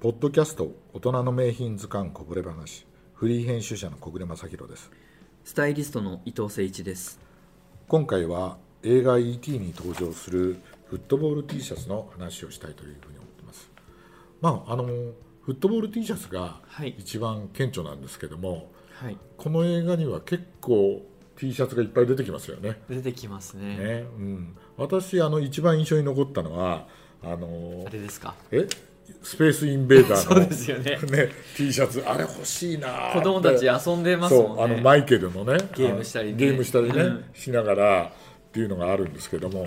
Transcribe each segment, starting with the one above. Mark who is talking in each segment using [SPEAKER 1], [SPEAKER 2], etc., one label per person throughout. [SPEAKER 1] ポッドキャスト大人の名品図鑑こぼれ話フリー編集者の小暮正弘です
[SPEAKER 2] スタイリストの伊藤誠一です。
[SPEAKER 1] 今回は映画 E.T. に登場するフットボール T シャツの話をしたいというふうに思ってますまああのフットボール T シャツが
[SPEAKER 2] はい
[SPEAKER 1] 一番顕著なんですけども、
[SPEAKER 2] はい。
[SPEAKER 1] この映画には結構 T シャツがいっぱい出てきますよね
[SPEAKER 2] 出てきますね。
[SPEAKER 1] ね、うん、私あの一番印象に残ったのはあの
[SPEAKER 2] あれですか。
[SPEAKER 1] えスペースインベーダー
[SPEAKER 2] そう
[SPEAKER 1] の
[SPEAKER 2] ですよね。
[SPEAKER 1] ね、T シャツあれ欲しいな
[SPEAKER 2] 子供たち遊んでます
[SPEAKER 1] そう
[SPEAKER 2] も
[SPEAKER 1] あ
[SPEAKER 2] ん
[SPEAKER 1] の
[SPEAKER 2] ね。
[SPEAKER 1] マイケルのね
[SPEAKER 2] ゲームしたりね
[SPEAKER 1] あのゲームしたりね、
[SPEAKER 2] うん
[SPEAKER 1] しながらっていうのがあるんですけども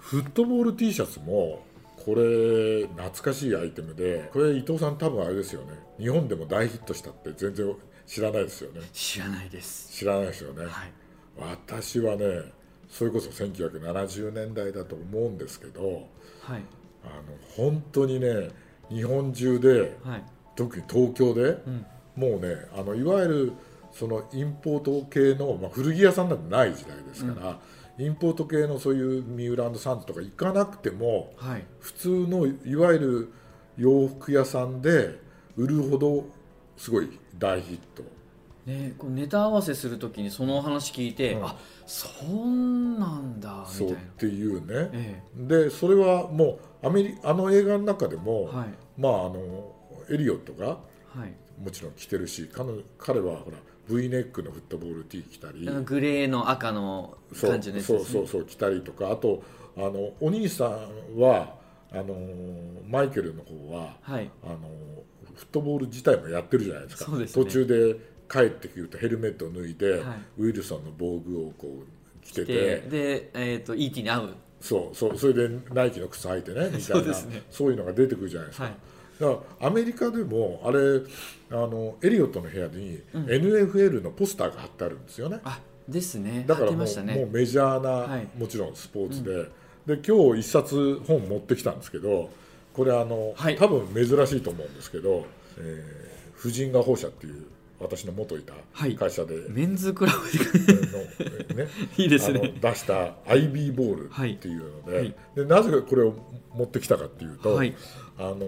[SPEAKER 1] フットボール T シャツもこれ懐かしいアイテムでこれ伊藤さん多分あれですよね日本でも大ヒットしたって全然知らないですよね
[SPEAKER 2] 知らないです。
[SPEAKER 1] 知らないですよね、
[SPEAKER 2] はい。
[SPEAKER 1] 私はねそれこそ1970年代だと思うんですけど
[SPEAKER 2] はい。
[SPEAKER 1] あの本当にね日本中で
[SPEAKER 2] はい。
[SPEAKER 1] 特に東京で
[SPEAKER 2] う、ん。
[SPEAKER 1] もうねあのいわゆるそのインポート系の、まあ、古着屋さんなんてない時代ですから、インポート系のそういうミューランドサンズとか行かなくても
[SPEAKER 2] はい。
[SPEAKER 1] 普通のいわゆる洋服屋さんで売るほどすごい大ヒット
[SPEAKER 2] ね、こうネタ合わせするときにそのお話聞いて、
[SPEAKER 1] うん
[SPEAKER 2] あ、そんなんだみ
[SPEAKER 1] そ
[SPEAKER 2] た
[SPEAKER 1] う
[SPEAKER 2] い
[SPEAKER 1] っ
[SPEAKER 2] な。
[SPEAKER 1] ていうね
[SPEAKER 2] え
[SPEAKER 1] でそれはもうアメリあの映画の中で
[SPEAKER 2] え
[SPEAKER 1] も、
[SPEAKER 2] はい。
[SPEAKER 1] まああのエリオットが
[SPEAKER 2] はい。
[SPEAKER 1] もちろん着てるし彼女彼はほら V ネックのフットボール T 着たり
[SPEAKER 2] あのグレーの赤の
[SPEAKER 1] そう
[SPEAKER 2] 感じのやつ
[SPEAKER 1] そ
[SPEAKER 2] で
[SPEAKER 1] う
[SPEAKER 2] す
[SPEAKER 1] そ
[SPEAKER 2] ね。
[SPEAKER 1] うそう着たりとかあとあのお兄さんはあのマイケルの方は
[SPEAKER 2] はい。
[SPEAKER 1] あのフットボール自体もやってるじゃないですか
[SPEAKER 2] そうですね
[SPEAKER 1] 途中で帰ってくるとヘルメットを脱いで、
[SPEAKER 2] はい
[SPEAKER 1] ウィルソンの防具をこう着てて
[SPEAKER 2] で、で、えっ、と E.T. に合う。
[SPEAKER 1] そうそうそれでナイキの靴履いてねみたい
[SPEAKER 2] そう
[SPEAKER 1] な
[SPEAKER 2] で
[SPEAKER 1] そ
[SPEAKER 2] す
[SPEAKER 1] う,、いう
[SPEAKER 2] ね
[SPEAKER 1] のが出てくるじゃないですか、
[SPEAKER 2] はい
[SPEAKER 1] だからアメリカでもあれあのエリオットの部屋に
[SPEAKER 2] うん
[SPEAKER 1] NFL のポスターが貼ってあるんですよね、
[SPEAKER 2] あ、ですね。
[SPEAKER 1] だから
[SPEAKER 2] 当て
[SPEAKER 1] もう,、
[SPEAKER 2] ました
[SPEAKER 1] もう
[SPEAKER 2] ね。
[SPEAKER 1] メジャーな、
[SPEAKER 2] はい
[SPEAKER 1] もちろんスポーツで、で今日一冊本持ってきたんですけどこれあの、
[SPEAKER 2] はい
[SPEAKER 1] 多分珍しいと思うんですけど「えー、婦人画報社」っていう私の元いた
[SPEAKER 2] はい
[SPEAKER 1] 会 社で、
[SPEAKER 2] メンズクラブで。
[SPEAKER 1] えーのえーね
[SPEAKER 2] いいですね
[SPEAKER 1] あの出した「アイビーボール」っていうので,、
[SPEAKER 2] はいはい
[SPEAKER 1] でなぜこれを持ってきたかっていうと、
[SPEAKER 2] はい
[SPEAKER 1] あの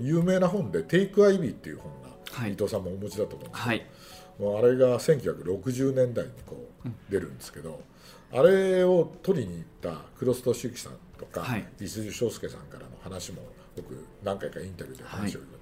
[SPEAKER 1] 有名な本で「テイク・アイビー」っていう本が、
[SPEAKER 2] はい
[SPEAKER 1] 伊藤さんもお持ちだと思うんですけど
[SPEAKER 2] はい。
[SPEAKER 1] もうあれが1960年代にこう出るんですけど、あれを取りに行った黒須俊樹さんとか、
[SPEAKER 2] はい
[SPEAKER 1] 伊豆翔介さんからの話も僕何回かインタビューで話を聞く、
[SPEAKER 2] は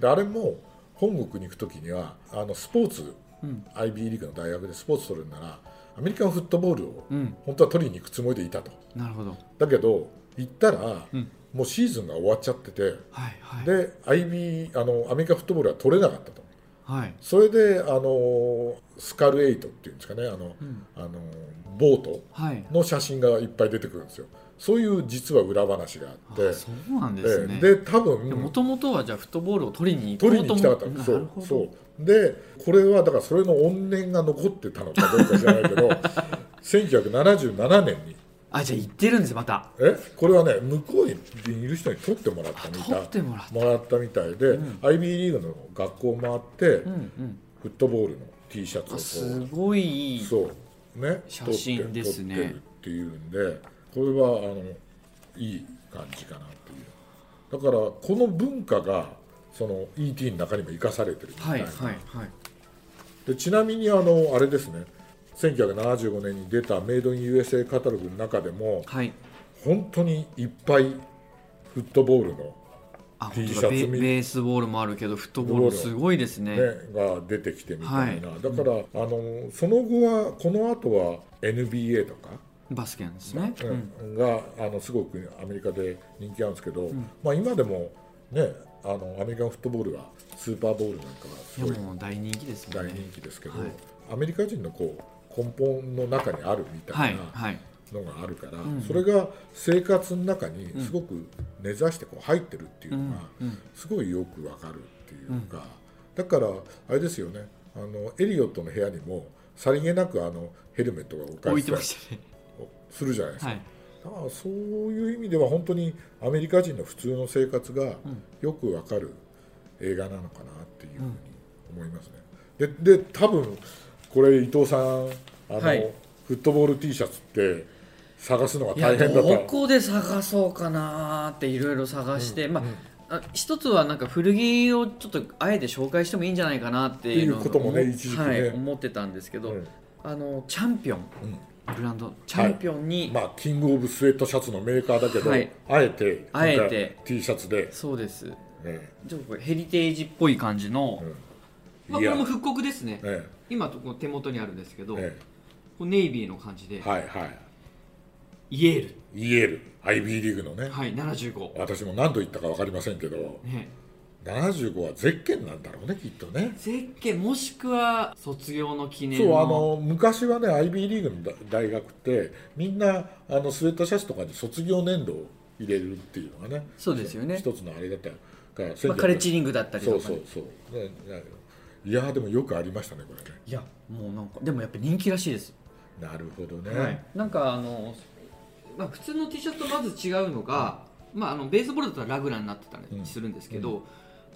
[SPEAKER 1] であれも本国に行く時にはあのスポーツ、
[SPEAKER 2] うん。
[SPEAKER 1] IB リーグの大学でスポーツ取るんならアメリカンフットボールを
[SPEAKER 2] うん。
[SPEAKER 1] 本当は取りに行くつもりでいたと
[SPEAKER 2] なるほど。
[SPEAKER 1] だけど行ったら、
[SPEAKER 2] うん
[SPEAKER 1] もうシーズンが終わっちゃってて
[SPEAKER 2] はいはい。
[SPEAKER 1] で IB あのアメリカンフットボールは取れなかったと。
[SPEAKER 2] はい。
[SPEAKER 1] それであのスカルエイトっていうんですかねあの、
[SPEAKER 2] うん
[SPEAKER 1] あのボート
[SPEAKER 2] はい。
[SPEAKER 1] の写真がいっぱい出てくるんですよそういう実は裏話があ
[SPEAKER 2] あ
[SPEAKER 1] って
[SPEAKER 2] そうなんですね。
[SPEAKER 1] でで多
[SPEAKER 2] も
[SPEAKER 1] 分
[SPEAKER 2] ともとはじゃあフットボールを取りに行こ
[SPEAKER 1] 取
[SPEAKER 2] う
[SPEAKER 1] りに行
[SPEAKER 2] と思
[SPEAKER 1] きたかったんです
[SPEAKER 2] な
[SPEAKER 1] そ
[SPEAKER 2] る
[SPEAKER 1] う
[SPEAKER 2] ほど。
[SPEAKER 1] そうでこれはだからそれの怨念が残ってたのかどうか知らないけ ど1977年に
[SPEAKER 2] あじゃあ行ってるんですまた。
[SPEAKER 1] えこれはね向こうにいる人に撮ってもらったみ
[SPEAKER 2] 取
[SPEAKER 1] た
[SPEAKER 2] ってもらっ
[SPEAKER 1] いもらったみたいで、
[SPEAKER 2] うん
[SPEAKER 1] IB リーグの学校を回って、
[SPEAKER 2] た。うんうん。
[SPEAKER 1] フットボールの T シャツを
[SPEAKER 2] あ
[SPEAKER 1] こう
[SPEAKER 2] すごいいい。
[SPEAKER 1] そうね
[SPEAKER 2] 写真ですね
[SPEAKER 1] 撮って撮ってるっていうんでこれはあのいい感じかなっていうだからこの文化がその E.T. の中にも生かされてるみた
[SPEAKER 2] はいい
[SPEAKER 1] な、
[SPEAKER 2] はいはい。
[SPEAKER 1] でちなみにあのあれですね1975年に出たメイドイン USA カタログの中でも
[SPEAKER 2] はい。
[SPEAKER 1] 本当にいっぱいフットボールの、
[SPEAKER 2] あ
[SPEAKER 1] T
[SPEAKER 2] 本
[SPEAKER 1] シ
[SPEAKER 2] 当
[SPEAKER 1] ャ
[SPEAKER 2] だ
[SPEAKER 1] ツ
[SPEAKER 2] ベ
[SPEAKER 1] み
[SPEAKER 2] ベースボールもあるけどフットボールもすごいですね。
[SPEAKER 1] ねが出てきてみたいな、だから、あのその後はこの後は NBA とか、
[SPEAKER 2] バスケなんですね。うん。
[SPEAKER 1] うん、があのすごくアメリカで人気なんですけど、まあ、今でも、ね、あのアメリカンフットボールはスーパーボールなんかはす
[SPEAKER 2] いや
[SPEAKER 1] ごい
[SPEAKER 2] もう大人気ですもん
[SPEAKER 1] 大
[SPEAKER 2] ね。
[SPEAKER 1] 人気ですけど、
[SPEAKER 2] はい
[SPEAKER 1] アメリカ人のこう根本の中にあるみた
[SPEAKER 2] はいい
[SPEAKER 1] な
[SPEAKER 2] はい。
[SPEAKER 1] のがあるから、
[SPEAKER 2] ん
[SPEAKER 1] それが生活の中にすごく根ざしてこう入ってるっていうのが
[SPEAKER 2] うんうん
[SPEAKER 1] すごいよくわかるっていうか、だからあれですよねあのエリオットの部屋にもさりげなくあのヘルメットが置か
[SPEAKER 2] 置
[SPEAKER 1] れ
[SPEAKER 2] い
[SPEAKER 1] て
[SPEAKER 2] て
[SPEAKER 1] た
[SPEAKER 2] ま
[SPEAKER 1] り
[SPEAKER 2] したね。
[SPEAKER 1] するじゃないですか。
[SPEAKER 2] はい。
[SPEAKER 1] だからそういう意味では本当にアメリカ人の普通の生活がよくわかる映画なのかなっていうふうに思いますね。でで多分これ伊藤さんあの、
[SPEAKER 2] はい
[SPEAKER 1] フットボール T シャツって探すのが
[SPEAKER 2] いや
[SPEAKER 1] 大変だ
[SPEAKER 2] ど
[SPEAKER 1] と
[SPEAKER 2] こで探そうかなーっていろいろ探して、まああ一つはなんか古着をちょっとあえて紹介してもいいんじゃないかなっていうの
[SPEAKER 1] っていうこともね
[SPEAKER 2] 思っ
[SPEAKER 1] 一時期ね
[SPEAKER 2] はい、思ってたんですけど、
[SPEAKER 1] うん
[SPEAKER 2] あのチャンピオン、ブランドチャンピオンに、
[SPEAKER 1] まあ、キングオブスウェットシャツのメーカーだけど、
[SPEAKER 2] はい
[SPEAKER 1] あえて
[SPEAKER 2] あえて
[SPEAKER 1] なんか T シャツで、
[SPEAKER 2] そうです
[SPEAKER 1] ね
[SPEAKER 2] ちょっとこれヘリテージっぽい感じの、
[SPEAKER 3] まあ、こ
[SPEAKER 1] い
[SPEAKER 3] れ
[SPEAKER 1] や
[SPEAKER 3] も復刻ですね
[SPEAKER 1] え
[SPEAKER 3] 今とこの手元にあるんですけ
[SPEAKER 1] え
[SPEAKER 3] ど、
[SPEAKER 1] え
[SPEAKER 3] こうネイビーの感じで、
[SPEAKER 1] えはいはい
[SPEAKER 3] イエー
[SPEAKER 1] イエール IB リーグのね
[SPEAKER 3] ル、はい、75、
[SPEAKER 1] 私も何度言ったか分かりませんけど
[SPEAKER 3] ね、
[SPEAKER 1] 75はゼッケンなんだろうねきっとね
[SPEAKER 3] ゼッケンもしくは卒業の記念
[SPEAKER 1] そうあ
[SPEAKER 3] の
[SPEAKER 1] の昔はね IB リーグの大大学ってみんなあのスウェットシャツとかに卒業年度を入れるっていうのがね
[SPEAKER 2] そうですよね
[SPEAKER 1] 一つのあれだったから
[SPEAKER 2] まあ、カレッジリングだったりと
[SPEAKER 1] そ
[SPEAKER 2] か
[SPEAKER 1] う
[SPEAKER 2] ね、
[SPEAKER 1] そうそうねねいやでもよくありましたねこれね
[SPEAKER 2] いやもうなんかでもやっぱ人気らしいです
[SPEAKER 1] なるほどね、
[SPEAKER 3] はい
[SPEAKER 2] なんかあの
[SPEAKER 3] まあ、普通の T シャツとまず違うのが、まあ、あのベースボールだったらラグランになってた
[SPEAKER 1] うん
[SPEAKER 3] りするんですけど、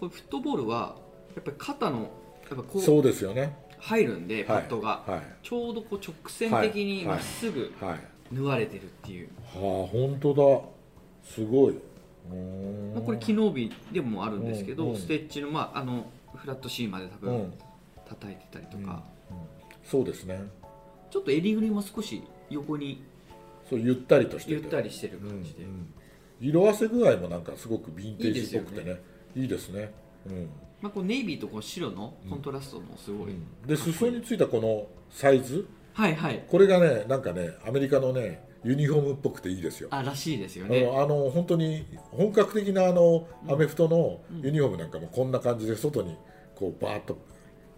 [SPEAKER 3] これフットボールはやっぱり肩のやっぱこう
[SPEAKER 1] そうですよね
[SPEAKER 3] 入るんでパ
[SPEAKER 1] はい
[SPEAKER 3] ッドが、
[SPEAKER 1] はい
[SPEAKER 3] ちょうどこう直線的
[SPEAKER 1] はい
[SPEAKER 3] にまっすぐ
[SPEAKER 1] はいは
[SPEAKER 3] 縫われてるっていう、
[SPEAKER 1] あ本当だすごいうーん
[SPEAKER 3] まあ、これ機能美でもあるんですけど、
[SPEAKER 1] うんうん
[SPEAKER 3] ステッチの,、まあ、あのフラットシーンまで多
[SPEAKER 1] うん、
[SPEAKER 3] 分
[SPEAKER 1] うん
[SPEAKER 3] 叩いてたりと
[SPEAKER 1] うん
[SPEAKER 3] か、
[SPEAKER 1] そうですね
[SPEAKER 3] ちょっと襟ぐりも少し横に
[SPEAKER 1] そうゆったりとしてて
[SPEAKER 3] ゆったりしてる感じで、
[SPEAKER 1] うんうん色あせ具合もなんかすごくヴィンテージっぽくてねいいですねうん
[SPEAKER 3] まあ、こうネイビーとこう白のコントラストもすごい、
[SPEAKER 1] で裾についたこのサイズ
[SPEAKER 3] はいはい
[SPEAKER 1] これがねなんかねアメリカのねユニフォームっぽくていいですよ
[SPEAKER 3] あらしいですよ
[SPEAKER 1] あ
[SPEAKER 3] ね
[SPEAKER 1] のあの本当に本格的なあのアメフトの
[SPEAKER 3] うん
[SPEAKER 1] ユニフォームなんかもこんな感じで外にこうバーッと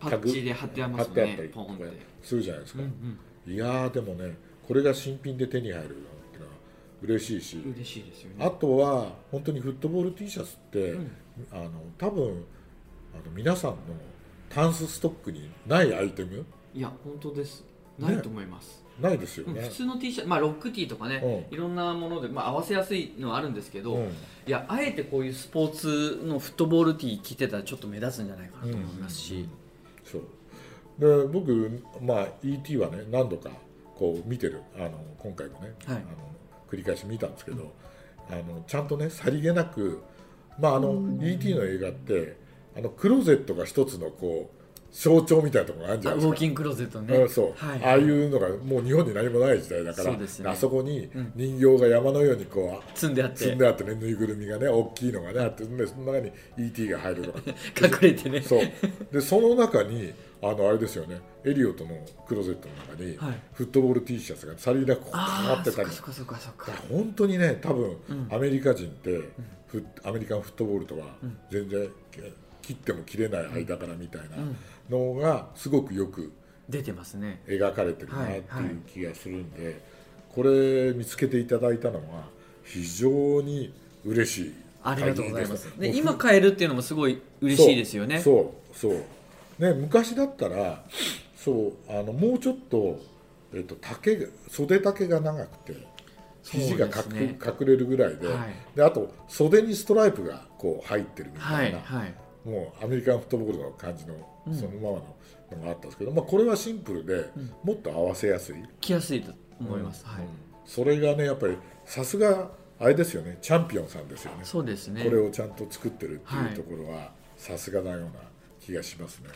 [SPEAKER 3] パッチで貼ってありますもん
[SPEAKER 1] 貼
[SPEAKER 3] ね
[SPEAKER 1] ってあったり
[SPEAKER 3] ポンって、
[SPEAKER 1] するじゃないです
[SPEAKER 3] う
[SPEAKER 1] か、
[SPEAKER 3] ん
[SPEAKER 1] いやーでもねこれが新品で手に入るってのは嬉しいし、
[SPEAKER 3] うん、嬉しいですよね
[SPEAKER 1] あとは本当にフットボール T シャツって、
[SPEAKER 3] うん
[SPEAKER 1] あの多分あの皆さんのタンスストックにないアイテム
[SPEAKER 3] いや本当です
[SPEAKER 1] ね
[SPEAKER 3] ないと思います、
[SPEAKER 1] ないですよ
[SPEAKER 3] うん
[SPEAKER 1] ね
[SPEAKER 3] 普。通の T シャツまあロックティーとかね、いろんなもので、まあ、合わせやすいのはあるんですけど、
[SPEAKER 1] うん
[SPEAKER 3] いやあえてこういうスポーツのフットボールティー着てたらちょっと目立つんじゃないかなと思いますし、
[SPEAKER 1] そうで僕、まあ、ET はね何度かこう見てるあの今回もね、
[SPEAKER 2] はい
[SPEAKER 1] あの繰り返し見たんですけど、あのちゃんとねさりげなく、まあ、あの ET の映画ってあのクローゼットが一つのこう象徴みたいなところがあるじゃ
[SPEAKER 2] あ
[SPEAKER 1] な
[SPEAKER 2] ウ
[SPEAKER 1] いです
[SPEAKER 2] ォー
[SPEAKER 1] か
[SPEAKER 2] キ。ングクローゼットね、
[SPEAKER 1] うんそう
[SPEAKER 2] はい、
[SPEAKER 1] ああいうのがもう日本に何もない時代だから
[SPEAKER 2] そうですね
[SPEAKER 1] あそこに
[SPEAKER 2] うん
[SPEAKER 1] 人形が山のようにこ う
[SPEAKER 2] 積んであって
[SPEAKER 1] 積んであってねぬいぐるみがね大きいのがねあってでその中に ET が入るとか
[SPEAKER 2] 隠れてね
[SPEAKER 1] そうでその中にあのあれですよねエリオットのクローゼットの中に、
[SPEAKER 2] はい
[SPEAKER 1] フットボール T シャツがさりげなくこうかか
[SPEAKER 2] あ
[SPEAKER 1] っ
[SPEAKER 2] あ
[SPEAKER 1] て
[SPEAKER 2] そ
[SPEAKER 1] た
[SPEAKER 2] っ
[SPEAKER 1] り
[SPEAKER 2] かそっかそっかそっ
[SPEAKER 1] だ
[SPEAKER 2] か
[SPEAKER 1] から本当にね多分、
[SPEAKER 2] うん
[SPEAKER 1] アメリカ人って、フッアメリカンフットボールとは全然、切っても切れない間からみたいなのがすごくよく
[SPEAKER 2] 出てますね
[SPEAKER 1] 描かれてるなっていう気がするんで、これ見つけていただいたのは非常に嬉しい
[SPEAKER 2] ありがとうございます
[SPEAKER 1] 感じ
[SPEAKER 2] で
[SPEAKER 1] で
[SPEAKER 2] 今買えるっていうのもすごい嬉しいですよね
[SPEAKER 1] そうそうそうね昔だったらそうあのもうちょっと、えっと、丈が袖丈が長くて肘が隠,、
[SPEAKER 2] そうですね
[SPEAKER 1] 隠れるぐらいで,、
[SPEAKER 2] はい
[SPEAKER 1] であと袖にストライプがこう入ってるみ
[SPEAKER 2] は
[SPEAKER 1] たい
[SPEAKER 2] い
[SPEAKER 1] な、
[SPEAKER 2] はい
[SPEAKER 1] もうアメリカンフットボールの感じの
[SPEAKER 2] うん
[SPEAKER 1] そのままののがあったんですけど、まあ、これはシンプルで、もっと合わせやすい、
[SPEAKER 2] 着やすいと思います、はい
[SPEAKER 1] うんそれがねやっぱりさすがあれですよねチャンピオンさんですよね
[SPEAKER 2] そうですね
[SPEAKER 1] これをちゃんと作ってるって
[SPEAKER 2] はいいう
[SPEAKER 1] ところはさすがなような気がしますね、